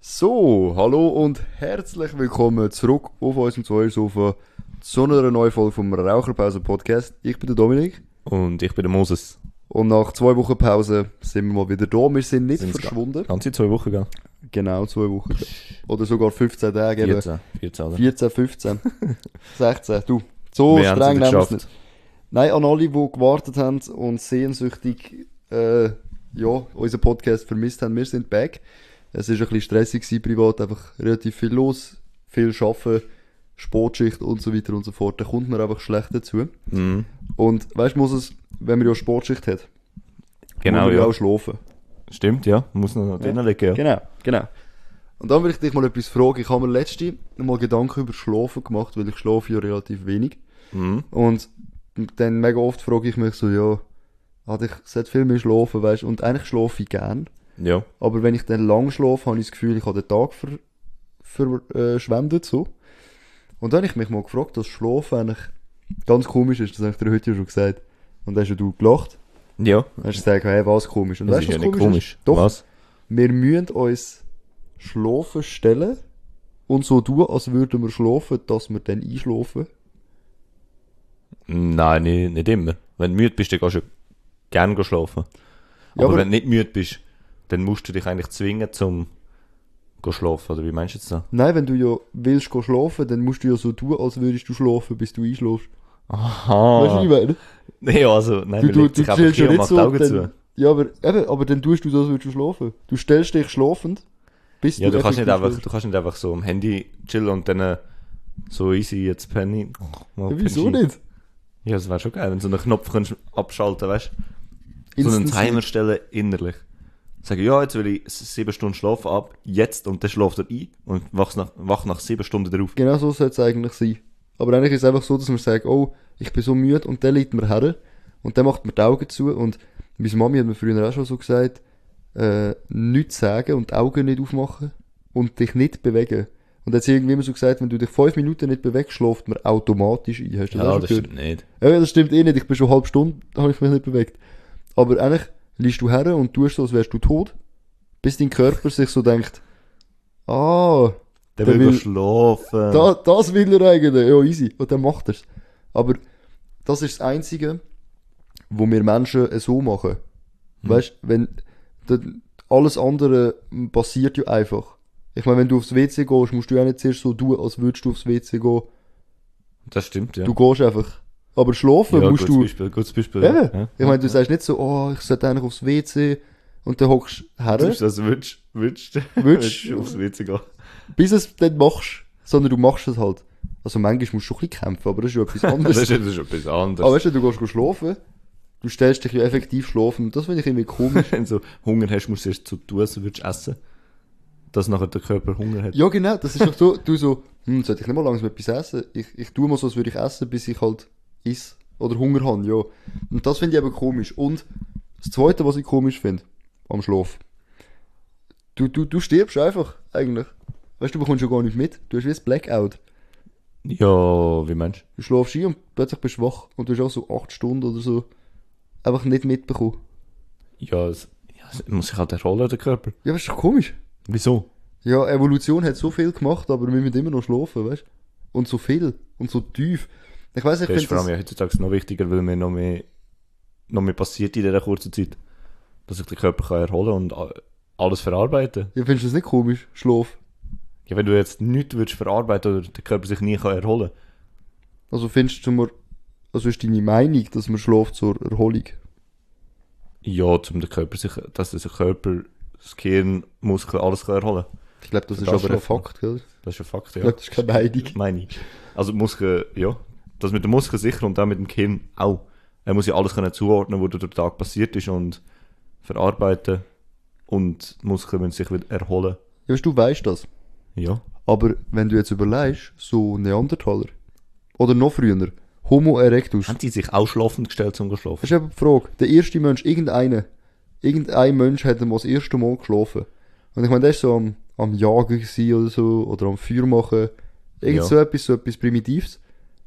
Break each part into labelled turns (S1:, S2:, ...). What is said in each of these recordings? S1: So, hallo und herzlich willkommen zurück auf unserem Zweiersofa zu einer neuen Folge vom Raucherpause-Podcast. Ich bin der Dominik
S2: Und ich bin der Moses.
S1: und nach zwei Wochen Pause sind wir mal wieder da. Wir sind nicht
S2: Sind's
S1: verschwunden.
S2: Ganze zwei Wochen, gell?
S1: Genau, zwei Wochen. Oder sogar 15 Tage. eben.
S2: 14. 14, oder?
S1: 14, 15, 16. Du, so
S2: Wir haben's
S1: streng
S2: wieder
S1: nehmen wir es
S2: geschafft.
S1: nicht. Nein, an alle, die gewartet haben und sehnsüchtig äh, ja, unseren Podcast vermisst haben, wir sind back. Es war ein bisschen stressig gewesen, privat, einfach relativ viel los, viel arbeiten, Sportschicht und so weiter und so fort. Da kommt man einfach schlecht dazu.
S2: Mhm.
S1: Und weißt du, muss es, wenn man ja Sportschicht hat,
S2: Genau,
S1: muss man ja
S2: ja.
S1: auch schlafen.
S2: Stimmt, ja. Muss noch ja. drinlegen, ja.
S1: Genau, genau. Und dann will ich dich mal etwas fragen. Ich habe mir letzte mal Gedanken über Schlafen gemacht, weil ich schlafe ja relativ wenig.
S2: Mhm.
S1: Und dann mega oft frage ich mich so, ja, hat ich sollte viel mehr schlafen, weißt Und eigentlich schlafe ich gern.
S2: Ja.
S1: Aber wenn ich dann lang schlafe, habe ich das Gefühl, ich habe den Tag ver, äh, verschwendet. So. Und dann habe ich mich mal gefragt, dass Schlafen eigentlich ganz komisch ist. Das habe ich dir heute ja schon gesagt. Und dann hast ja du gelacht.
S2: Ja.
S1: Dann hast du gesagt, hey, was komisch. Und
S2: Das
S1: weißt
S2: ist
S1: du,
S2: ja
S1: was
S2: nicht komisch.
S1: Doch,
S2: Was?
S1: wir müssen uns schlafen stellen und so tun, als würden wir schlafen, dass wir dann einschlafen.
S2: Nein, nicht, nicht immer. Wenn du müde bist, dann gehst du gerne schlafen. aber,
S1: aber-
S2: wenn du nicht müde bist, dann musst du dich eigentlich zwingen, zum zu schlafen. Oder wie meinst du jetzt das?
S1: Nein, wenn du ja willst go schlafen, dann musst du ja so tun, als würdest du schlafen, bis du einschläfst. Weißt du, was
S2: Aha.
S1: ich meine?
S2: Nee, also, nein,
S1: Du,
S2: man
S1: du,
S2: legt
S1: du
S2: sich einfach
S1: chillst ja
S2: hier und
S1: nicht
S2: macht
S1: so.
S2: die Augen
S1: Dann,
S2: zu.
S1: ja, aber, eben, aber dann tust du so, als würdest du schlafen. Du stellst dich schlafend, bis
S2: Ja, du kannst,
S1: effektiv
S2: nicht einfach,
S1: schläfst.
S2: du kannst nicht einfach so am Handy chillen und dann äh, so easy jetzt Penny. mal
S1: Ja, wieso
S2: Penny.
S1: nicht?
S2: Ja, das wäre schon geil, wenn du so einen Knopf kannst abschalten weißt So einen
S1: Instant
S2: Timer stellen innerlich. Sagen, ja, jetzt will ich s- sieben Stunden Schlaf ab, jetzt, und dann schläft er ein und wachst nach, wach nach sieben Stunden drauf.
S1: Genau so soll es eigentlich sein. Aber eigentlich ist es einfach so, dass man sagt, oh, ich bin so müde und dann liegt man her und dann macht man die Augen zu und meine Mami hat mir früher auch schon so gesagt, äh, nichts sagen und die Augen nicht aufmachen und dich nicht bewegen. Und dann hat sie irgendwie immer so gesagt, wenn du dich fünf Minuten nicht bewegst, schläft man automatisch ein. Hast du das auch schon gehört?
S2: nicht.
S1: Ja, das stimmt eh nicht. Ich bin schon eine halbe Stunde, habe ich mich nicht bewegt. Aber eigentlich liegst du her und tust so, als wärst du tot, bis dein Körper sich so denkt, ah,
S2: Dann
S1: Der
S2: will
S1: will-
S2: ich schlafen.
S1: da, das will er eigentlich, ja easy. Und dann macht er's. Aber das ist das Einzige, wo wir Menschen so machen.
S2: Hm.
S1: Weißt wenn dann alles andere passiert ja einfach. Ich meine, wenn du aufs WC gehst, musst du ja nicht zuerst so tun, als würdest du aufs WC gehen.
S2: Das stimmt, ja.
S1: Du gehst einfach. Aber schlafen
S2: ja,
S1: musst
S2: gutes
S1: du.
S2: Beispiel, gutes Beispiel.
S1: Eben.
S2: Ja.
S1: Ich meine, du sagst nicht so, oh, ich sollte eigentlich aufs WC und dann hockst du
S2: Du
S1: her,
S2: bist also würdest, würdest,
S1: Würdest-
S2: aufs WC gehen.
S1: bis es dann machst, sondern du machst es halt. Also manchmal musst du schon ein bisschen kämpfen, aber das ist ja etwas anderes.
S2: Das ist, das ist etwas anderes.
S1: Aber weißt du, du gehst schlafen, du stellst dich ja effektiv schlafen, das finde ich irgendwie komisch.
S2: Wenn du Hunger hast, musst du erst zu tun, als würdest du essen. Dass nachher der Körper Hunger hat.
S1: ja, genau, das ist doch so, du so, hm, sollte ich nicht mal langsam etwas essen? Ich, ich tue mal so, als würde ich essen, bis ich halt iss oder Hunger habe, ja. Und das finde ich eben komisch. Und das Zweite, was ich komisch finde, am Schlaf. Du, du, du stirbst einfach, eigentlich. Weißt du, du bekommst ja gar nicht mit. Du hast wie ein Blackout.
S2: Ja, wie meinst
S1: Du schlafst ein und plötzlich bist du wach. Und du hast auch so acht Stunden oder so einfach nicht mitbekommen.
S2: du? Ja, es, ja, es muss sich halt erholen, der Körper.
S1: Ja, aber ist doch komisch.
S2: Wieso?
S1: Ja, Evolution hat so viel gemacht, aber wir müssen immer noch schlafen, weißt du? Und so viel und so tief. Ich weiß, ich
S2: Das
S1: finde
S2: ist vor allem
S1: das,
S2: ja heutzutage noch wichtiger, weil mir noch mehr, noch mehr passiert in dieser kurzen Zeit. Dass sich der Körper kann erholen und a- alles verarbeiten.
S1: ja, findest du das nicht komisch, Schlaf?
S2: Ja, wenn du jetzt nichts würdest verarbeiten oder der Körper sich nie kann erholen
S1: Also findest du mal, also ist deine Meinung, dass man schlaft zur Erholung?
S2: Ja, zum der Körper sich, dass der Körper, das Gehirn, Muskeln, alles kann erholen
S1: Ich glaube, das,
S2: Für
S1: ist
S2: das
S1: aber ein
S2: schlaft man.
S1: Fakt, gell?
S2: Das ist ein Fakt,
S1: Ich
S2: ja.
S1: glaube, das ist keine Meinung.
S2: meine ich. Also die Muskeln, ja. Das mit den Muskeln sicher und auch mit dem Kinn auch. Er muss ja alles können zuordnen, was durch den Tag passiert ist und verarbeiten. Und die Muskeln müssen sich wieder erholen.
S1: Ja, weißt du, weißt das.
S2: Ja.
S1: Aber wenn du jetzt überlegst, so Neandertaler oder noch früher, Homo erectus,
S2: Haben die sich auch schlafend gestellt zum Geschlafen?
S1: Das ist eben die Frage. Der erste Mensch, irgendeiner, irgendein Mensch hat einmal das erste Mal geschlafen. Und ich meine, der ist so am, am Jagen gewesen oder so, oder am Feuer machen. Irgend
S2: Ja.
S1: so etwas, so etwas Primitives.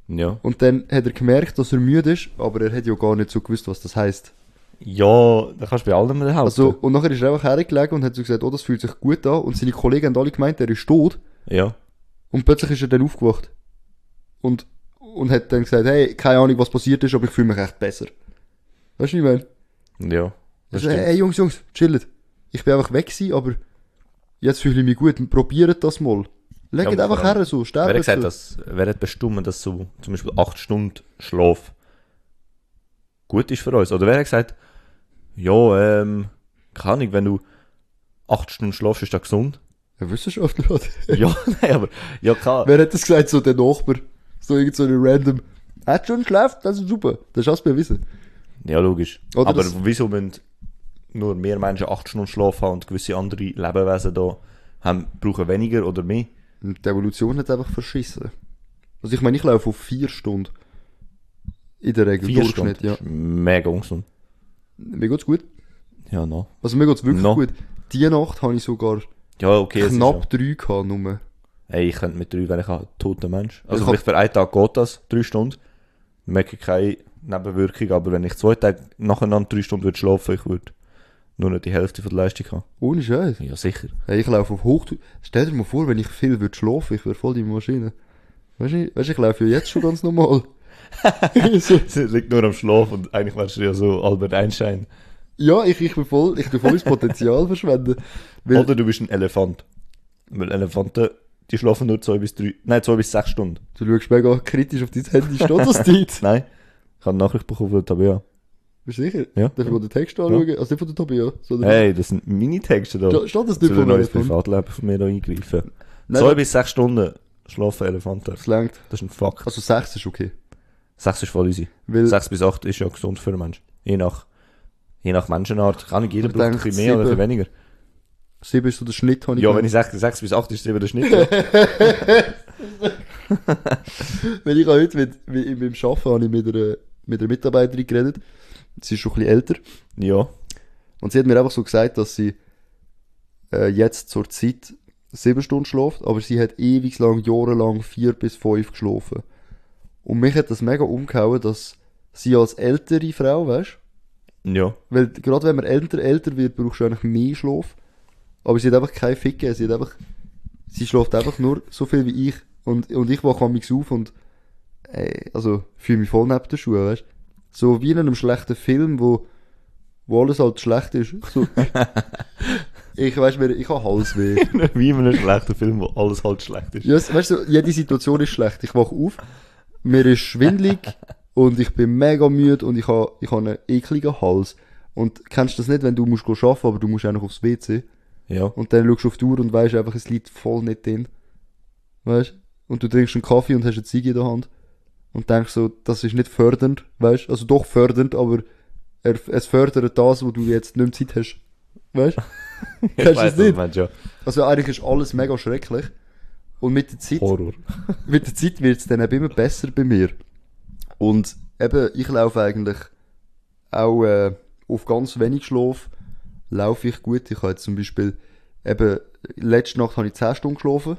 S2: Ja.
S1: Und dann hat er gemerkt, dass er müde ist, aber er hat ja gar nicht so gewusst, was das heisst.
S2: Ja, da kannst du bei allem helfen.
S1: Also, und nachher ist er einfach hergelegen und hat so gesagt, oh, das fühlt sich gut an. Und seine Kollegen haben alle gemeint, er ist tot.
S2: ja.
S1: Und plötzlich ist er dann aufgewacht. Und, und hat dann gesagt, hey, keine Ahnung, was passiert ist, aber ich fühle mich echt besser. Weißt du, wie ich meine?
S2: Ja. Das
S1: Also,
S2: stimmt.
S1: hey, Jungs, Jungs, chillet. Ich bin einfach weg gewesen, aber jetzt fühle ich mich gut. Probiert das mal. Legt
S2: Ja,
S1: einfach
S2: vor allem,
S1: her, so,
S2: Wer
S1: sterbt.
S2: hat gesagt,
S1: so.
S2: dass, wer hat bestimmt, dass so zum Beispiel 8 Stunden Schlaf gut ist für uns? Oder wer hat gesagt, ja, ähm, keine Ahnung, wenn du 8 Stunden schlafst, ist das gesund?
S1: Ein Wissenschaftler hat.
S2: ja, nein, aber, ja klar.
S1: Wer hat das gesagt? So der Nachbar. So irgend so eine random. Hat schon geschlafen? Das ist super. Das hast du bewiesen.
S2: Ja, logisch.
S1: Oder
S2: aber
S1: das-
S2: wieso müssen nur mehr Menschen 8 Stunden Schlaf haben und gewisse andere Lebewesen da haben, brauchen weniger oder mehr?
S1: Und die Evolution hat einfach verschissen. Also ich meine, ich laufe auf vier Stunden. In der Regel.
S2: Vier Stunden.
S1: Durchschnitt,
S2: Ist Mega ungesund.
S1: ja. Mir geht's gut.
S2: Ja, no.
S1: Also mir geht's wirklich
S2: No.
S1: gut. Die Nacht habe ich sogar
S2: Ja, okay. es ist ja-
S1: knapp drei gehabt, nur.
S2: Ey, ich könnte mit drei, wenn ich einen toten Mensch.
S1: Ich
S2: Also
S1: hab-
S2: vielleicht für einen Tag geht das, drei Stunden. Ich merke keine Nebenwirkung, aber wenn ich zwei Tage nacheinander drei Stunden würde schlafen ich würde nur nicht die Hälfte von der Leistung haben.
S1: Ohne Scheiß.
S2: Ja, sicher.
S1: Hey, ich laufe auf Hochtouren. Stell dir mal vor, wenn ich viel würde schlafen, ich wäre voll die Maschine. Weißt du, weißt, du, ich laufe ja jetzt schon ganz normal. so.
S2: Es liegt nur am Schlaf und eigentlich wärst du ja so Albert Einstein.
S1: Ja, ich, ich bin voll, ich tu voll das Potenzial verschwenden. Weil,
S2: Oder du bist ein Elefant. Weil Elefanten, die schlafen nur zwei bis drei, nein, zwei bis sechs Stunden.
S1: du schaust mega kritisch auf dein Handy, steht das dort?
S2: Nein, ich habe eine Nachricht bekommen von der Tabea.
S1: Bist du sicher?
S2: Ja.
S1: Darf ich mal den Text anschauen? Also nicht von der Tabia, sondern...
S2: Hey, das sind meine Texte da.
S1: Ste- Steht das
S2: Zu
S1: nicht von
S2: ein
S1: mir?
S2: neues Privatleben von mir da eingreifen.
S1: Nein,
S2: zwei
S1: nein.
S2: bis sechs Stunden schlafen Elefanten.
S1: Es langt.
S2: Das ist ein Fakt.
S1: Also sechs ist okay.
S2: Sechs ist voll easy.
S1: Weil
S2: Sechs bis acht ist ja gesund für einen Menschen. Je nach, je nach Menschenart. Kann nicht jeder
S1: Ich
S2: braucht ein
S1: denke,
S2: bisschen mehr oder ein bisschen weniger.
S1: sieben ist so der Schnitt, habe ich
S2: Ja, wenn
S1: gemeint.
S2: ich sage, sechs bis acht ist es eben der Schnitt. ja.
S1: Weil ich habe heute mit, mit, beim Arbeiten habe ich mit einer, mit einer Mitarbeiterin geredet. Sie ist schon ein bisschen älter.
S2: ja.
S1: Und sie hat mir einfach so gesagt, dass sie äh, jetzt zur Zeit sieben Stunden schläft, aber sie hat ewig lang, jahrelang vier bis fünf geschlafen. Und mich hat das mega umgehauen, dass sie als ältere Frau, weißt
S2: Ja.
S1: weil gerade wenn man älter, älter wird, brauchst du eigentlich mehr Schlaf. Aber sie hat einfach keinen Fick gegeben. Sie hat einfach, sie schläft einfach nur so viel wie ich. Und, und ich wache mich auf und, ey, also, fühle mich voll neben den Schuhen, weißt So wie in einem schlechten Film, wo, wo alles halt schlecht ist. So, ich weiss, mir- ich habe Halsweh.
S2: Wie in einem schlechten Film, wo alles halt schlecht ist.
S1: Ja, es- weißt du, jede Situation ist schlecht. Ich wache auf, mir ist schwindlig und ich bin mega müde und ich habe ich ha einen ekligen Hals. Und kennst du das nicht, wenn du musst go arbeiten, aber du musst auch noch aufs WC.
S2: Ja.
S1: Und dann schaust du auf die Uhr und weißt einfach, es liegt voll nicht drin. Weißt Und du trinkst einen Kaffee und hast eine Ziege in der Hand. Und denkst so, das ist nicht fördernd, weißt Also doch fördernd, aber er, es fördert das, wo du jetzt nicht mehr Zeit hast. Weißt
S2: Ich
S1: Kannst du
S2: weiss,
S1: es nicht?
S2: was du meinst, ja.
S1: Also eigentlich ist alles mega schrecklich. Und mit der Zeit
S2: Horror.
S1: mit der Zeit wird's dann eben immer besser bei mir. Und eben, ich laufe eigentlich auch äh, auf ganz wenig Schlaf, laufe ich gut. Ich habe jetzt zum Beispiel, eben, letzte Nacht habe ich 10 Stunden geschlafen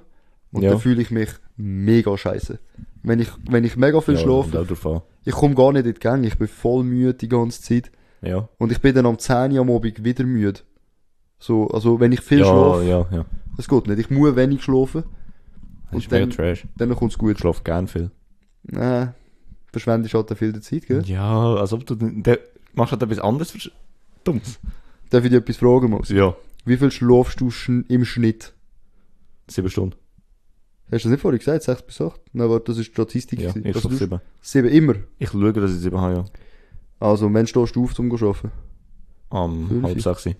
S1: und
S2: Ja.
S1: dann fühle ich mich mega scheiße. Wenn ich, wenn ich mega viel schlafe,
S2: kommt auch drauf an.
S1: ich komme gar nicht in die Gänge, ich bin voll müde die ganze Zeit
S2: Ja.
S1: und ich bin dann am 10 Uhr am Abend wieder müde. So, also wenn ich viel
S2: ja,
S1: schlafe,
S2: ja, ja.
S1: es geht nicht, ich muss wenig schlafen,
S2: Das ist
S1: Und dann-
S2: mega trash.
S1: dann kommt's
S2: Ich
S1: gut.
S2: schlafe gern viel.
S1: Nein, verschwendest Äh, halt dann viel der Zeit, gell?
S2: Ja, als ob du... Der, machst halt etwas anderes für... Dummes.
S1: Darf ich dir etwas fragen, Max?
S2: Ja.
S1: Wie viel schlafst du schn im Schnitt?
S2: Sieben Stunden.
S1: Hast du das nicht vorhin gesagt? 6 bis 8? Nein, warte, das ist die Statistik.
S2: Ja,
S1: gewesen.
S2: ich
S1: also
S2: schlafe
S1: du
S2: sieben.
S1: sieben immer.
S2: Ich schaue, dass ich sieben habe, ja.
S1: Also, wenn stehst du auf, um zu arbeiten?
S2: Am
S1: Fünf.
S2: halb sechs.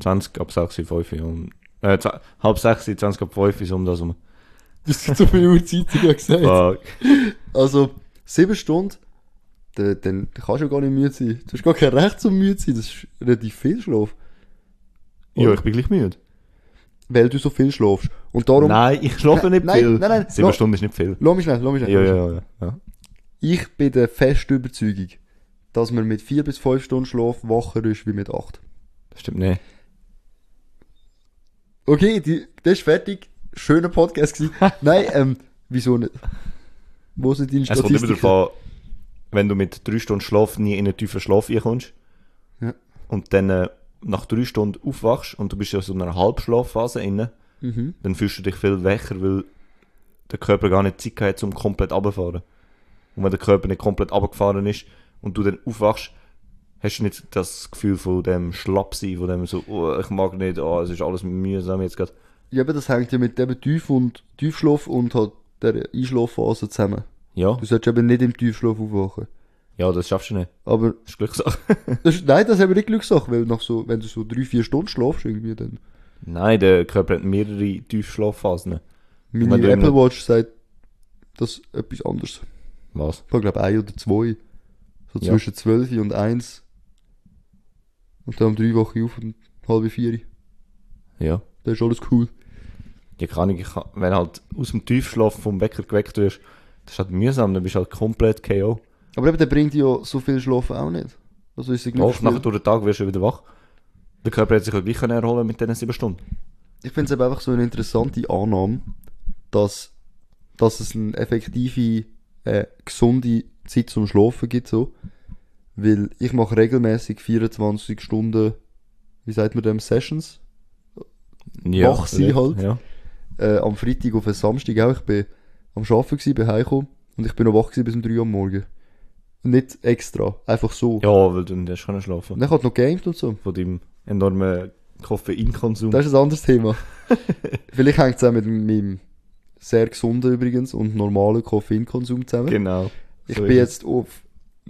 S2: 20 ab sechs, fünf. Um, äh, zw- halb sechs, 20 ab fünf, so um das Äh, um.
S1: Das sind so viele Uhrzeitungen gesagt.
S2: Fuck.
S1: Also, 7 Stunden, dann, dann kannst du ja gar nicht müde sein. Du hast gar kein Recht zum müde sein. Das ist relativ viel Schlaf.
S2: Ja, ich bin gleich müde.
S1: Weil du so viel schlafst. Und darum...
S2: Nein, ich schlafe
S1: Nein,
S2: nicht
S1: nein,
S2: viel.
S1: nein, nein,
S2: Sieben
S1: no-
S2: Stunden ist nicht viel.
S1: Lass mich schnell, lass mich schnell.
S2: Ja, ja, ja. ja.
S1: Ich bin der festen Überzeugung, dass man mit 4 bis 5 Stunden Schlaf wacher ist wie mit 8.
S2: Das stimmt nicht.
S1: Okay, die, das ist fertig. Schöner Podcast gewesen. Nein, ähm, wieso nicht? Wo sind deine
S2: Es kommt immer
S1: Statistiken?
S2: darauf an, wenn du mit drei Stunden Schlaf nie in einen tiefen Schlaf kommst,
S1: Ja.
S2: und dann äh, nach drei Stunden aufwachst und du bist ja so in einer Halbschlafphase inne,
S1: Mhm.
S2: dann fühlst du dich viel wächer, weil der Körper gar nicht Zeit hat, um komplett runterzufahren. Und wenn der Körper nicht komplett runtergefahren ist und du dann aufwachst, hast du nicht das Gefühl von dem Schlappsein, von dem so, oh, ich mag nicht, oh, es ist alles mühsam jetzt gerade.
S1: Ja, aber das hängt ja mit eben Tief und Tiefschlaf und halt der Einschlafphase zusammen.
S2: Ja,
S1: Du solltest eben nicht im Tiefschlaf aufwachen.
S2: ja, das schaffst du nicht.
S1: Aber
S2: Das ist Glückssache.
S1: das ist, nein, das ist eben nicht Glückssache, weil nach so, wenn du so drei, vier Stunden schlafst irgendwie dann.
S2: Nein, der Körper hat mehrere Tiefschlafphasen. Wenn
S1: Meine
S2: du
S1: Apple
S2: immer-
S1: Watch sagt, das ist etwas anderes.
S2: Was?
S1: Ich glaube ein oder zwei. So
S2: Ja.
S1: zwischen zwölf und eins. Und dann um drei Wochen auf und halbe vier.
S2: Ja.
S1: Das ist alles cool.
S2: Ja, kann ich, kann- wenn halt aus dem Tiefschlaf vom Wecker geweckt wirst, das ist halt mühsam, dann bist du halt komplett K.O.
S1: Aber eben, der bringt ja so viel Schlafen auch nicht. Also ist der
S2: Doch, nachher
S1: Glücksspiel-
S2: durch den Tag wirst du wieder wach. Der Körper hat sich ja gleich können erholen mit diesen sieben Stunden.
S1: ich finde es eben einfach so eine interessante Annahme, dass, dass es eine effektive, äh, gesunde Zeit zum Schlafen gibt, so. Weil ich mache regelmäßig 24 Stunden, wie sagt man dem, Sessions. Ja, Wach sein halt.
S2: Ja.
S1: Äh, am Freitag auf einen Samstag auch. Ich bin am Arbeiten gewesen, bin heimgekommen und ich bin noch wach gewesen bis um 3 Uhr am Morgen. Nicht extra, einfach so.
S2: ja, weil du nicht hast können
S1: Und
S2: schlafen
S1: dann hat noch gamed und so.
S2: Von deinem enormen Koffeinkonsum.
S1: Das ist ein anderes Thema. Vielleicht hängt es auch mit meinem sehr gesunden übrigens und normalen Koffeinkonsum zusammen.
S2: genau.
S1: ich
S2: So
S1: bin
S2: ist es.
S1: jetzt auf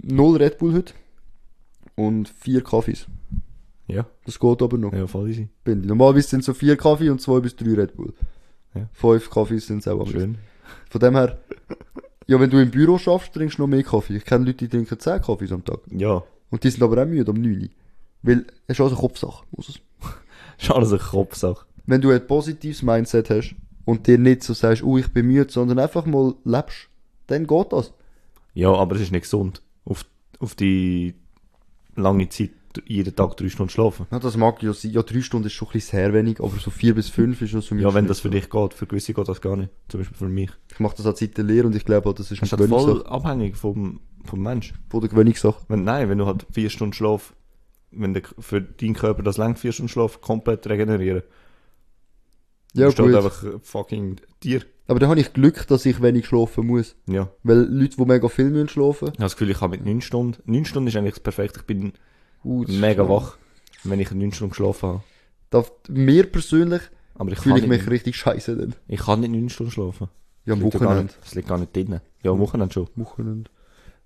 S1: 0 Red Bull heute und 4 Kaffees.
S2: Ja,
S1: Das geht aber noch.
S2: ja, voll easy.
S1: Bin ich. Normalerweise sind es so 4 Kaffee und 2 bis 3 Red Bull.
S2: Ja.
S1: 5 Kaffees sind es auch. aber-
S2: Schön.
S1: Von dem her, ja, wenn du im Büro schaffst, trinkst du noch mehr Kaffee. Ich kenne Leute, die trinken 10 Kaffees am Tag.
S2: Ja,
S1: Und die sind aber auch müde um 9 Uhr. Weil es ist also eine Kopfsache. Muss es.
S2: ist alles eine Kopfsache.
S1: wenn du ein positives Mindset hast und dir nicht so sagst, oh, ich bin müde, sondern einfach mal lebst, dann geht das.
S2: Ja, aber es ist nicht gesund. Auf, auf die lange Zeit jeden Tag drei Stunden schlafen.
S1: Ja, das mag ja sein. Ja, drei Stunden ist schon ein bisschen sehr wenig, aber so vier bis fünf ist noch so
S2: Ja,
S1: mein
S2: wenn
S1: Schnitt.
S2: das für dich geht, für gewisse geht das gar nicht. Zum Beispiel für mich.
S1: Ich mache das auch seit der Lehre und ich glaube, auch, das ist
S2: Das ist
S1: eine
S2: halt voll
S1: Gewöhnungssache.
S2: abhängig vom, vom Mensch.
S1: Von der Gewöhnungssache.
S2: Wenn, nein, wenn du halt vier Stunden Schlaf, wenn der, für deinen Körper das lange vier Stunden Schlaf komplett regenerieren. Du
S1: Ja,
S2: bist halt
S1: gut.
S2: einfach ein fucking Tier.
S1: Aber dann habe ich Glück, dass ich wenig schlafen muss.
S2: Ja.
S1: Weil Leute, die mega viel müssen schlafen,
S2: Ich habe das Gefühl, ich habe mit neun Stunden, neun Stunden ist eigentlich das perfekt. Ich bin
S1: uh, das ist
S2: mega
S1: schlimm.
S2: wach, wenn ich neun Stunden geschlafen habe.
S1: Da, mir persönlich
S2: Aber ich kann,
S1: fühle ich
S2: nicht,
S1: mich richtig scheiße dann.
S2: ich kann nicht neun Stunden schlafen.
S1: Ja, am
S2: Das liegt ja gar
S1: Wochenende.
S2: nicht- Das liegt gar nicht drin. Ja, am Wochenende schon.
S1: Wochenende.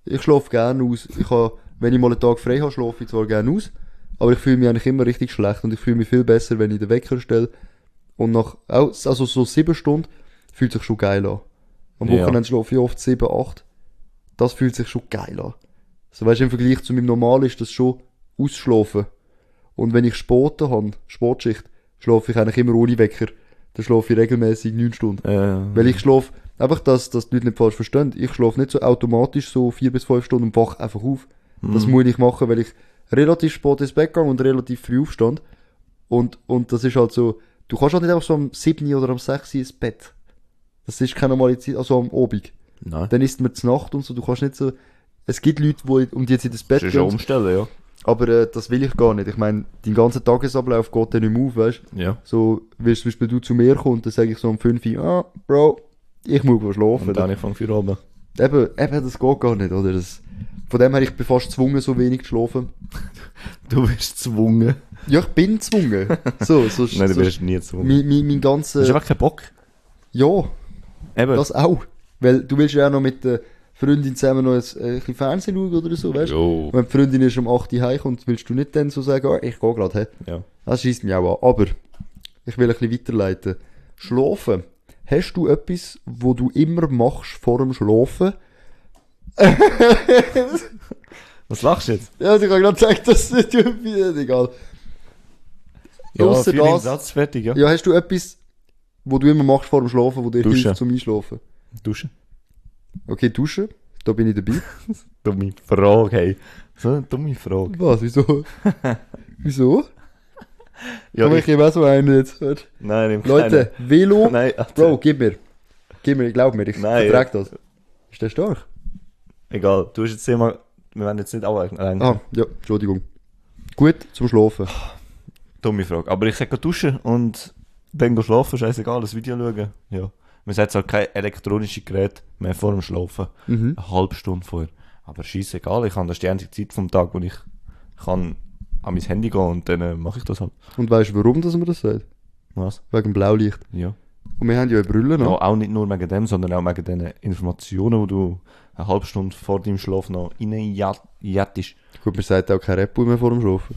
S1: Ich schlafe gerne aus. Ich habe, wenn ich mal einen Tag frei habe, schlafe ich zwar gerne aus, aber ich fühle mich eigentlich immer richtig schlecht und ich fühle mich viel besser, wenn ich den Wecker stelle. Und nach, auch- also so sieben Stunden fühlt sich schon geil an. Am
S2: Ja.
S1: Wochenende schlafe ich oft sieben, acht. Das fühlt sich schon geil an. So weißt du, im Vergleich zu meinem Normal ist das schon ausschlafen. Und wenn ich Sporten habe, Sportschicht, schlafe ich eigentlich immer ohne Wecker. Dann schlafe ich regelmäßig neun Stunden.
S2: Äh,
S1: Weil ich schlafe, einfach, dass, dass die Leute nicht falsch verstehen, ich schlafe nicht so automatisch so vier bis fünf Stunden und wach einfach auf. Das
S2: Mhm.
S1: muss ich machen, weil ich relativ spät ins Bett gehe und relativ früh aufstand. Und, und das ist halt so, du kannst halt nicht einfach so am 7. oder am 6. ins Bett. Das ist keine normale Zeit, also am Abend.
S2: nein.
S1: Dann ist man zu Nacht und so, du kannst nicht so, es gibt Leute, die um die Zeit ins Bett
S2: Das ist ja
S1: gehen,
S2: umstellen, ja.
S1: aber äh, das will ich gar nicht. Ich meine, dein ganzer Tagesablauf geht dann nicht mehr auf, weißt du.
S2: Ja.
S1: So, wirst zum Beispiel du zu mir kommen, dann sage ich so um 5 Uhr, ah, Bro, ich muss wohl schlafen.
S2: Und dann ich fange für oben.
S1: Eben, eben, das geht gar nicht, oder? Das, von dem her, ich bin fast gezwungen, so wenig zu schlafen.
S2: Du wirst gezwungen.
S1: Ja, ich bin gezwungen. So, so,
S2: Nein, du
S1: so
S2: wirst nie gezwungen.
S1: mein, mein, mein
S2: Du hast
S1: ganzer,
S2: einfach keinen Bock.
S1: ja,
S2: Eben.
S1: das auch. Weil du willst ja auch noch mit der Freundin zusammen noch ein, äh, ein bisschen Fernsehen schauen oder so, weißt du?
S2: Jo.
S1: Und Wenn die Freundin ist um 8 Uhr heimkommt, willst du nicht dann so sagen, ah, ich gehe gerade, hä?
S2: Ja.
S1: Das schießt mich auch an. Aber, ich will ein bisschen weiterleiten. Schlafen. Hast du etwas, wo du immer machst vor dem Schlafen?
S2: Was lachst du jetzt?
S1: Ja, also ich habe gerade gesagt, das ist egal.
S2: Ja,
S1: Ausser
S2: für den
S1: das-
S2: Satz fertig, ja.
S1: Ja, hast du etwas, wo du immer machst vor dem Schlafen, wo dir
S2: Duschen.
S1: hilft zum Einschlafen?
S2: Duschen.
S1: Okay, duschen, da bin ich dabei.
S2: Dumme Frage, hey. So eine dumme Frage.
S1: Was, wieso? wieso?
S2: Ja,
S1: Komm, ich
S2: ich,
S1: gebe auch so einen jetzt. hört.
S2: nein, im
S1: Leute, Velo,
S2: Kleinen. Nein, also, Alter.
S1: Bro, gib mir. Gib mir, glaub mir, ich
S2: Nein,
S1: vertrag das. Ist der stark?
S2: Egal, du hast jetzt immer... Wir werden jetzt nicht alle...
S1: Ah, ja, Entschuldigung. Gut zum Schlafen.
S2: Dumme Frage. Aber ich sage duschen und dann gehen schlafen, scheißegal, das Video schauen. Ja. Man sagt halt kein elektronisches Gerät mehr vor dem Schlafen.
S1: Mhm.
S2: Eine halbe Stunde vorher. Aber scheißegal, ich habe das ist die einzige Zeit vom Tag, wo ich kann an mein Handy gehen und dann äh, mache ich das halt.
S1: Und weißt du, warum dass man das sagt?
S2: Was?
S1: Wegen dem Blaulicht.
S2: Ja.
S1: Und wir haben ja eine Brille
S2: ja.
S1: noch.
S2: Auch nicht nur wegen dem, sondern auch wegen den Informationen, die du eine halbe Stunde vor deinem Schlaf noch reinjattest.
S1: Gut, man sagt auch kein Repo mehr vor dem Schlafen.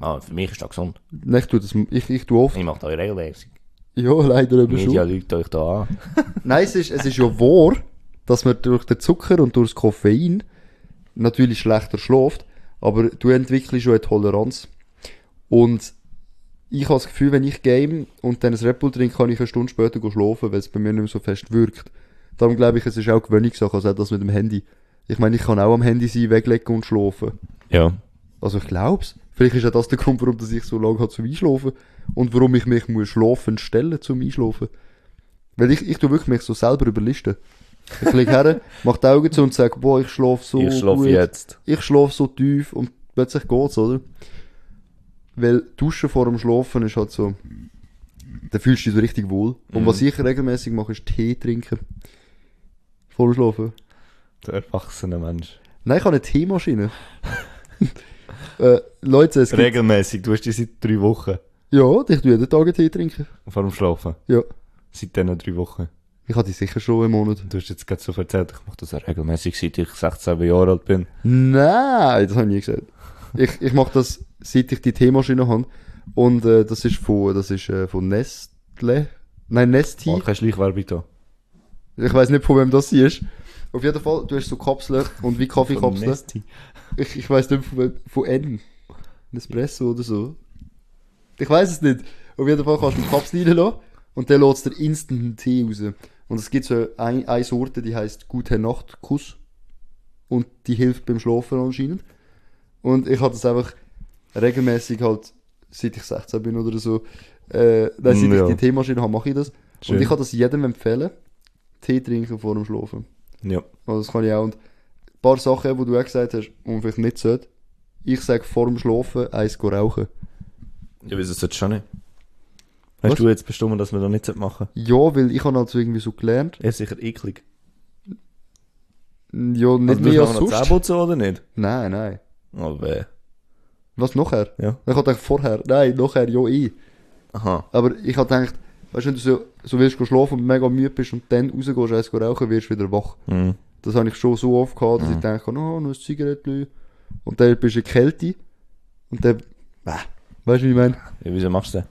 S2: Ah, für mich ist das gesund.
S1: Nein, ich tue das, ich, ich tue oft.
S2: Ich mache da regelmäßig.
S1: Ja, leider eben schon.
S2: Leute euch da an.
S1: Nein, es ist, es ist ja wahr, dass man durch den Zucker und durch das Koffein natürlich schlechter schläft, aber du entwickelst schon eine Toleranz. Und ich habe das Gefühl, wenn ich game und dann ein Red Bull trinke, kann ich eine Stunde später go schlafen, weil es bei mir nicht mehr so fest wirkt. Darum glaube ich, es ist auch Gewöhnungssache, also auch das mit dem Handy. Ich meine, ich kann auch am Handy sein, weglegen und schlafen.
S2: Ja.
S1: Also ich glaub's. Vielleicht ist ja das der Grund, warum dass ich so lange habe zum Einschlafen und warum ich mich muss schlafen stellen zum Einschlafen. Weil ich, ich tu wirklich mich so selber überlisten. Ich lieg her, mach die Augen zu und sag, boah, ich schlafe so
S2: ich schlafe
S1: gut,
S2: jetzt.
S1: ich schlafe so tief und plötzlich geht's, oder? Weil Duschen vor dem Schlafen ist halt so, da fühlst du dich so richtig wohl.
S2: Mhm.
S1: Und was ich regelmäßig mache, ist Tee trinken. Vor dem Schlafen.
S2: Der erwachsene Mensch.
S1: Nein, ich habe eine Teemaschine. äh, Leute, es gibt
S2: Regelmäßig, du hast die seit drei Wochen
S1: Ja, ich tue jeden Tag einen Tee trinken.
S2: vor dem Schlafen.
S1: Ja.
S2: Seit diesen drei Wochen.
S1: Ich hatte die sicher schon einen Monat.
S2: Du hast jetzt gerade so erzählt, ich mache das ja regelmäßig, seit ich 16 Jahre alt bin.
S1: Nein, das habe ich nie gesagt. Ich, ich mache das, seit ich die Teemaschine habe. Und äh, das ist von, das ist, äh, von Nestle. Nein, Nesti.
S2: Oh, keine Schleichwerbung da.
S1: Ich weiß nicht, von wem das hier ist. Auf jeden Fall, du hast so Kapseln und wie Kaffeekapseln.
S2: Nesti.
S1: Ich, ich weiß nicht, von, wem- von N. Nespresso oder so. Ich weiß es nicht. Auf jeden Fall kannst du die Kapsel reinlassen und dann lässt der instant einen Tee raus. Und es gibt so ein, eine Sorte, die heißt Gute Nacht Kuss. Und die hilft beim Schlafen anscheinend. Und ich habe das einfach regelmäßig halt, seit ich 16 bin oder so, äh, nein, seit
S2: Ja.
S1: ich die Teemaschine habe, mache ich das.
S2: Schön.
S1: Und ich kann das dus jedem empfehlen. Tee trinken vor dem Schlafen.
S2: Ja.
S1: Also das kann ich auch. Und ein paar Sachen, die du auch gesagt hast, und vielleicht nicht sollte. Ich sage vor dem Schlafen eins go rauchen.
S2: Ja, wieso sollst du schon nicht? Hast
S1: Was?
S2: du jetzt bestimmt, dass wir das nicht machen
S1: Ja, weil ich habe also irgendwie so gelernt.
S2: sollten? Er ist sicher eklig.
S1: Ja, nicht
S2: Also,
S1: mehr als
S2: hast noch
S1: sonst.
S2: Zähneputzen oder nicht?
S1: Nein, nein.
S2: Oh, weh.
S1: Was nachher?
S2: Ja.
S1: Ich habe gedacht, vorher. Nein, nachher, ja eh.
S2: Aha.
S1: Aber ich habe gedacht, weißt du, wenn du so, so willst go schlafen und mega müde bist und dann rausgehst, eins go rauchen, wirst du wieder wach.
S2: Mhm.
S1: Das habe ich schon so oft gehabt, dass ich denke, oh, noch ein Zigarettchen. Und dann bist du in die Kälte. Und dann, weißt du, wie ich meine?
S2: Ja, wieso machst du das?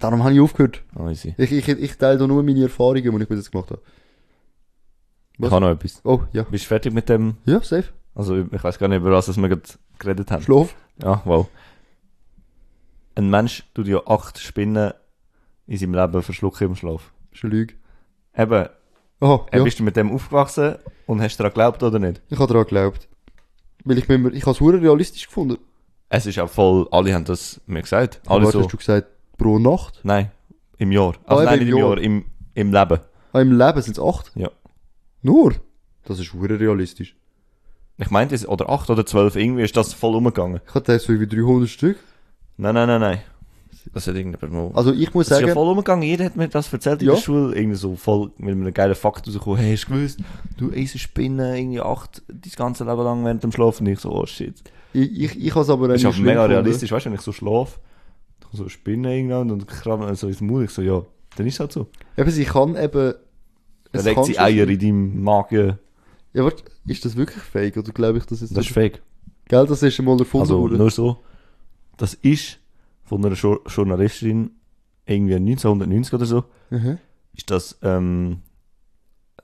S1: Darum habe ich aufgehört.
S2: Oh, easy.
S1: Ich, ich, ich teile da nur meine Erfahrungen, die ich bis jetzt gemacht habe. Was?
S2: Ich habe noch etwas.
S1: Oh, ja.
S2: Bist du fertig mit dem?
S1: Ja, safe.
S2: Also, ich weiß gar nicht, über was wir gerade geredet haben.
S1: Schlaf.
S2: Ja, wow. Ein Mensch tut ja acht Spinnen in seinem Leben verschlucken im Schlaf.
S1: Das ist eine Lüge.
S2: Eben,
S1: Aha,
S2: äh,
S1: ja.
S2: bist du mit dem aufgewachsen und hast daran geglaubt oder nicht?
S1: Ich habe daran geglaubt. Weil ich bin mir, ich habe es hure realistisch gefunden.
S2: Es ist auch voll, alle haben das mir gesagt. Alle
S1: Aber
S2: so.
S1: hast du gesagt, pro Nacht?
S2: Nein, im Jahr.
S1: Ah,
S2: Also
S1: eben
S2: nein,
S1: im
S2: nicht im
S1: Jahr.
S2: Jahr, im, im Leben.
S1: Ah, im Leben sind es acht?
S2: Ja.
S1: Nur? Das ist hure realistisch.
S2: Ich meinte, es- oder acht oder zwölf, irgendwie ist das voll umgegangen.
S1: Ich hatte so wie 300 Stück.
S2: Nein, nein, nein, nein. Das hat irgendjemand mal.
S1: Also ich muss
S2: Das ist ja
S1: sagen,
S2: voll umgegangen, jeder hat mir das erzählt in
S1: Ja.
S2: der Schule, irgendwie so voll mit einem geilen Fakt rausgekommen, hey, hast du gewusst, du isst eine Spinne irgendwie acht, dein ganze Leben lang während dem Schlafen, ich so, oh shit.
S1: ich, ich, ich habe es aber
S2: Das ist
S1: eigentlich
S2: auch
S1: schlimm
S2: mega
S1: gefunden.
S2: realistisch, weißt du, wenn ich so schlafe, dann kommt so eine Spinne irgendwann und krabbelt mir so ins Maul, ich so, ja, dann ist halt so.
S1: Eben, sie kann eben...
S2: Dann
S1: es
S2: legt
S1: kann
S2: sie
S1: schon
S2: Eier
S1: sein.
S2: in deinem Magen,
S1: Ja, warte, ist das wirklich fake? Oder glaube ich, das ist...
S2: das ist fake.
S1: Gell, das ist einmal erfunden
S2: Also
S1: worden.
S2: nur so, das ist von einer Jour- Journalistin irgendwie 1990 oder so,
S1: Mhm.
S2: ist das, ähm,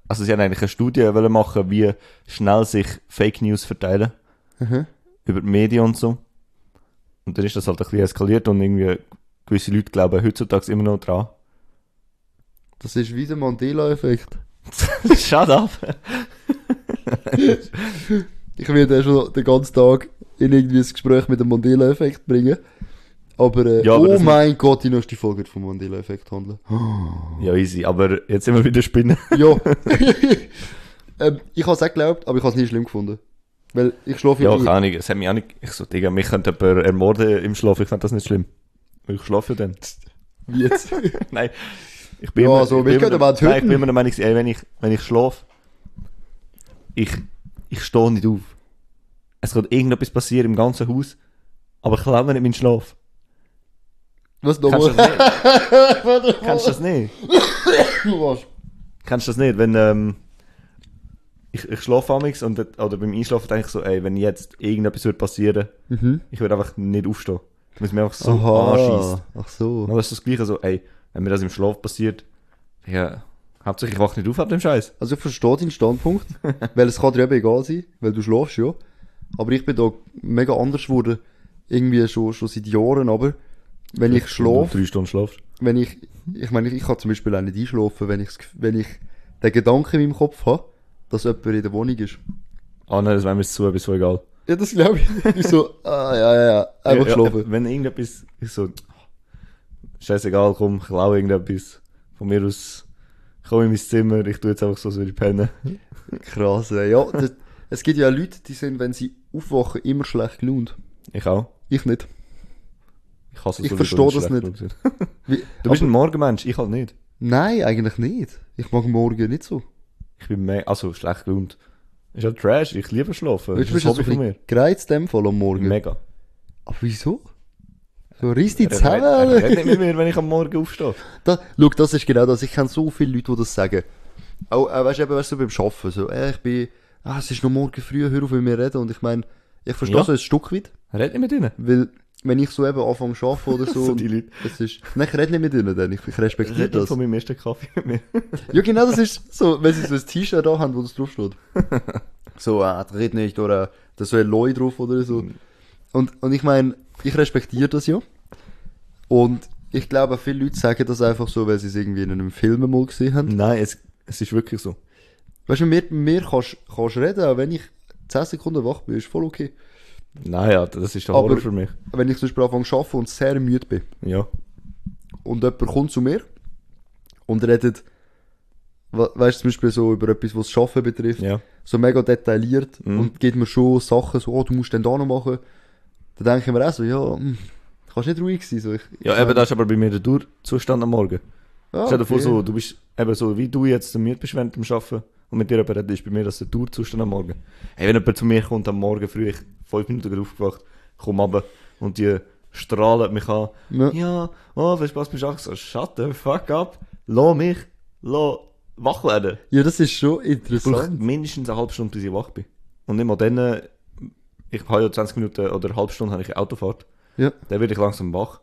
S2: also sie haben eigentlich eine Studie wollen machen, wie schnell sich Fake News verteilen
S1: Mhm.
S2: über die Medien und so. Und dann ist das halt ein bisschen eskaliert und irgendwie gewisse Leute glauben heutzutage immer noch dran.
S1: Das ist wie der Mandela-Effekt.
S2: Shut up!
S1: Ich werde ja schon den ganzen Tag in irgendwie ein Gespräch mit dem Mandela-Effekt bringen. Aber, äh,
S2: Ja, aber
S1: oh
S2: das-
S1: mein Gott, die nächste Folge wird vom Mandela-Effekt handeln.
S2: Ja, easy, aber jetzt sind wir wieder Spinnen.
S1: ja. ähm, ich habe es auch geglaubt, aber ich habe es nie schlimm gefunden. Weil ich schlafe
S2: Ja,
S1: nie.
S2: keine Ahnung. Es hat mich auch nicht. Ich so, Digga, mich könnte jemand ermorden im Schlaf. Ich fand das nicht schlimm. Weil ich schlafe ja dann.
S1: Wie jetzt?
S2: Nein. Ich bin
S1: Ja,
S2: immer,
S1: so, wir
S2: ich bin immer,
S1: können aber
S2: nein, ich
S1: töten.
S2: bin immer der Meinung, ey, wenn ich, wenn ich schlafe, ich, ich stehe nicht auf. Es kann irgendetwas passieren im ganzen Haus, aber ich klaue nicht meinen Schlaf.
S1: Was
S2: Kennst du
S1: nochmal?
S2: das nicht? Kennst du das nicht?
S1: Du warst.
S2: Kennst du das nicht? Wenn, ähm, ich, ich schlafe amigs und dort- oder beim Einschlafen denke ich so, ey, wenn jetzt irgendetwas würde passieren,
S1: Mhm.
S2: ich würde einfach nicht aufstehen. Weil es mir einfach so anschießt.
S1: Aha. Ach so.
S2: Aber es ist das Gleiche so, ey, wenn mir das im Schlaf passiert, ja, hauptsächlich ich wache nicht auf ab dem Scheiß.
S1: Also ich verstehe deinen Standpunkt, weil es kann dir eben egal sein, weil du schlafst, ja. Aber ich bin da mega anders geworden, irgendwie schon, schon seit Jahren, aber wenn ich schlafe,
S2: Drei Stunden schlafst.
S1: wenn ich, ich meine, ich- ich kann zum Beispiel auch nicht einschlafen, wenn ich, das Gef- wenn ich den Gedanken in meinem Kopf habe, dass jemand in der Wohnung ist.
S2: Ah nein, das wäre mir zu, aber so egal.
S1: Ja, das glaube ich. ich so, ah, ja, ja, ja, einfach
S2: Ja,
S1: schlafen.
S2: Ja, wenn irgendetwas, ich so, scheißegal, komm, ich lau irgendetwas. Von mir aus, komm in mein Zimmer, ich tu jetzt einfach so, als würde ich pennen.
S1: Krass, ey. ja. Das, es gibt ja auch Leute, die sind, wenn sie aufwachen, immer schlecht gelaunt.
S2: Ich auch.
S1: Ich nicht.
S2: Ich hasse
S1: Ich
S2: sowieso,
S1: verstehe
S2: wenn ich
S1: das nicht.
S2: schlecht drauf
S1: Wie,
S2: bin. Du bist ein Morgenmensch, ich halt nicht.
S1: nein, eigentlich nicht. Ich mag morgen nicht so.
S2: Ich bin mehr, also schlecht gelaunt. Ist ja Trash, ich liebe schlafen.
S1: Weißt du,
S2: das
S1: bist
S2: ist
S1: du
S2: ein
S1: so
S2: Hobby
S1: ein
S2: von mir.
S1: bisschen gereizt in dem Fall am
S2: Ich
S1: Morgen.
S2: bin mega.
S1: Aber wieso? So, reiss dich
S2: Er redet- er redet
S1: zusammen.
S2: nicht mit mir, wenn ich am Morgen aufstehe.
S1: Da, schau, das ist genau das. Ich kenne so viele Leute, die das sagen. Auch, äh, weißt du, eben, weißt du, beim Arbeiten, so, äh, ich bin, ah, es ist noch morgen früh, hör auf, mit mir reden. Und ich meine, ich verstehe
S2: Ja.
S1: so ein Stück weit,
S2: Red nicht mit ihnen.
S1: weil, wenn ich so eben anfange zu arbeiten oder so,
S2: So die Leute.
S1: es ist, nein, ich rede nicht mit ihnen, denn ich, ich respektiere
S2: Red nicht
S1: das.
S2: von meinem ersten Kaffee mit mir.
S1: Ja, genau, das ist so, wenn sie so ein T-Shirt da haben, wo das draufsteht. So, ah, das red nicht, oder da ist so ein Leu drauf oder so. Und, und ich meine, ich respektiere das ja. Und ich glaube, viele Leute sagen das einfach so, weil sie es irgendwie in einem Film mal gesehen haben.
S2: Nein, es, es ist wirklich so.
S1: Weißt du, mit mir kannst du reden, auch wenn ich 10 Sekunden wach bin, ist voll okay.
S2: Naja, das ist der
S1: Aber-
S2: Horror für mich.
S1: Wenn ich zum Beispiel anfange zu arbeiten und sehr müde bin
S2: Ja.
S1: und jemand kommt zu mir und redet, we- weißt du, zum Beispiel so über etwas, was das Arbeiten betrifft,
S2: Ja.
S1: so mega detailliert
S2: Mhm.
S1: und gibt mir schon Sachen so, oh, du musst den da noch machen. Da denke ich mir auch so, ja, hm, kannst nicht ruhig sein. So, ich,
S2: Ja, eben, das ist aber bei mir der Durzustand am Morgen.
S1: Ja,
S2: Stell dir vor,
S1: okay.
S2: so, du bist eben so, wie du jetzt müde bist während dem Arbeiten und mit dir jemand redet, ist bei mir das der Durzustand am Morgen. Hey, wenn jemand zu mir kommt am Morgen früh, ich fünf Minuten gerade aufgewacht, komm runter und die strahlen mich an.
S1: Ja.
S2: Ja, oh, viel Spaß beim Arbeiten. So, shut the fuck up, lass mich, lass wach werden.
S1: Ja, das ist schon
S2: Ich brauche
S1: interessant.
S2: mindestens eine halbe Stunde, bis ich wach bin. Und nicht mal dann, äh, ich habe ja 20 Minuten oder eine halbe Stunde habe ich eine Autofahrt.
S1: Ja.
S2: Dann werde ich langsam wach.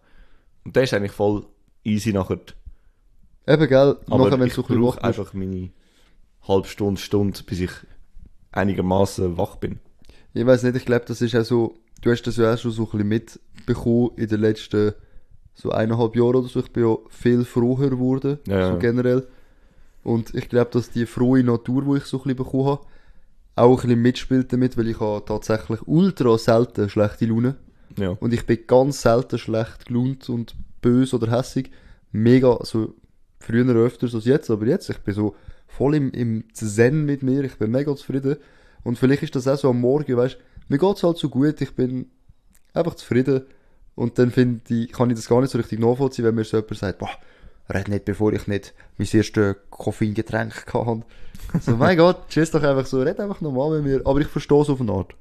S2: Und der ist eigentlich voll easy nachher.
S1: Eben, gell,
S2: Aber
S1: nachher, wenn
S2: ich
S1: du so ein bisschen wach
S2: brauche
S1: bist.
S2: einfach meine halbe Stunde, Stunde, bis ich einigermaßen wach bin.
S1: Ich weiß nicht, ich glaube, das ist auch so, du hast das ja auch schon so ein bisschen mitbekommen in den letzten so eineinhalb Jahren oder so. Ich bin ja viel froher geworden,
S2: Ja, ja.
S1: so generell. Und ich glaube, dass die frohe Natur, die ich so ein bisschen bekommen habe, auch ein bisschen mitspielt damit, weil ich habe tatsächlich ultra selten schlechte Laune.
S2: Ja.
S1: Und ich bin ganz selten schlecht gelaunt und böse oder hässig. Mega, so früher öfters als jetzt, aber jetzt, ich bin so voll im, im Zen mit mir, ich bin mega zufrieden. Und vielleicht ist das auch so am Morgen, weißt mir geht's halt so gut, ich bin einfach zufrieden. Und dann finde ich, kann ich das gar nicht so richtig nachvollziehen, wenn mir so jemand sagt, boah, red nicht, bevor ich nicht mein erstes Koffeingetränk gehabt habe. So, mein Gott, tschüss doch einfach so, red einfach normal mit mir. Aber ich verstehe es auf eine Art.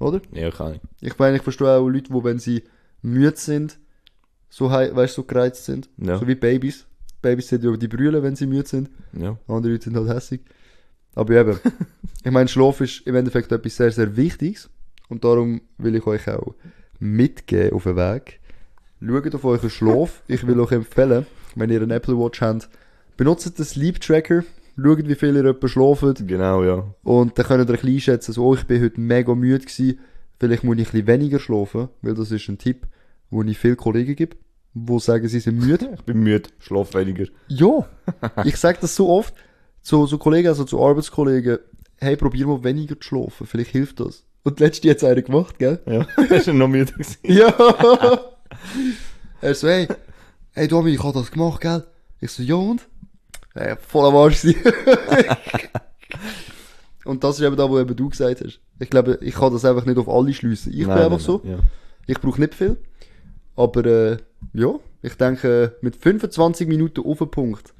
S1: Oder?
S2: Ja, kann ich.
S1: Ich meine, ich verstehe auch Leute, die, wenn sie müde sind, so, hei- weißt, so gereizt sind.
S2: Ja.
S1: So wie Babys. Babys sind ja die brüllen, wenn sie müde sind.
S2: Ja.
S1: Andere Leute sind halt hässig. Aber eben, ich meine, Schlaf ist im Endeffekt etwas sehr, sehr Wichtiges. Und darum will ich euch auch mitgeben auf den Weg. Schaut auf euren Schlaf. Ich will euch empfehlen, wenn ihr eine Apple Watch habt, benutzt den Sleep Tracker. Schaut, wie viel ihr etwa schlaft.
S2: Genau, ja.
S1: Und dann könnt ihr euch einschätzen, so, oh, ich bin heute mega müde gewesen, vielleicht muss ich ein bisschen weniger schlafen, weil das ist ein Tipp, wo ich vielen Kollegen gebe, wo sagen, sie sind müde.
S2: Ich bin müde, schlaf weniger.
S1: ja, ich sage das so oft zu, zu Kollegen, also zu Arbeitskollegen, hey, probier mal weniger zu schlafen, vielleicht hilft das. Und letzte hat es einer gemacht, gell?
S2: Ja. Hast du noch müde gewesen?
S1: Ja. er so, hey, hey Domi, ich hab das gemacht, gell? Ich so, ja und? Hey, voll am Arsch sein. Und das ist eben das, was eben du gesagt hast. Ich glaube, ich kann das einfach nicht auf alle schliessen. Ich bin einfach so.
S2: Ja.
S1: Ich brauche nicht viel. Aber äh, ja, ich denke, mit 25 Minuten auf den Punkt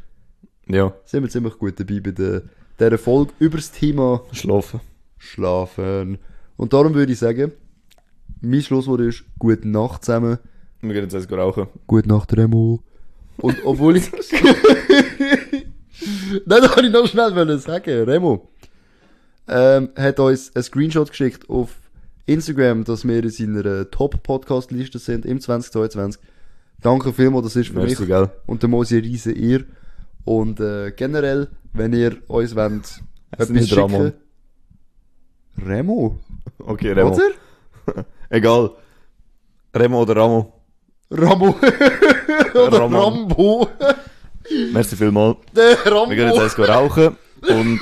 S2: ja,
S1: sind wir ziemlich gut dabei bei der, dieser Folge über das Thema
S2: schlafen.
S1: Schlafen. Und darum würde ich sagen, mein Schlusswort ist Gute Nacht zusammen.
S2: Wir gehen jetzt eins rauchen.
S1: Gute Nacht, Remo. Und obwohl ich. Nein, das wollte ich noch schnell wollen sagen. Remo ähm, hat uns einen Screenshot geschickt auf Instagram, dass wir in seiner äh, Top-Podcast-Liste sind im 2022. Danke vielmals, das ist für
S2: Merci,
S1: mich
S2: gell?
S1: und der Mosi eine riesen Ehre. Und äh, generell, wenn ihr uns wollt,
S2: Es ist nicht Ramon.
S1: Remo?
S2: Okay, Remo.
S1: Oder?
S2: Egal. Remo oder Ramo.
S1: Ramo. Oder
S2: Ramon.
S1: Rambo.
S2: Merci vielmals.
S1: Der Rambo.
S2: Wir gehen jetzt eins rauchen und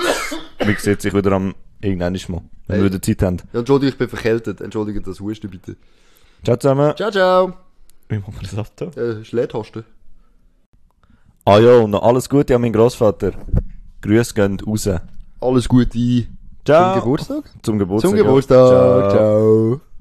S2: wir sehen sich wieder am irgendwann mal, wenn wir
S1: Hey.
S2: wieder Zeit haben.
S1: Ja, Entschuldigung, ich bin verkältet. Entschuldigt das Husten bitte.
S2: Ciao zusammen.
S1: Ciao, ciao.
S2: Wie machen wir das ab da?
S1: Äh, Schlädhaste.
S2: Ah ja, und noch alles Gute an meinen Grossvater. Grüße gehen raus.
S1: Alles Gute.
S2: Ciao.
S1: Zum Geburtstag?
S2: Zum Geburtstag.
S1: Zum
S2: ja.
S1: Geburtstag. Ciao.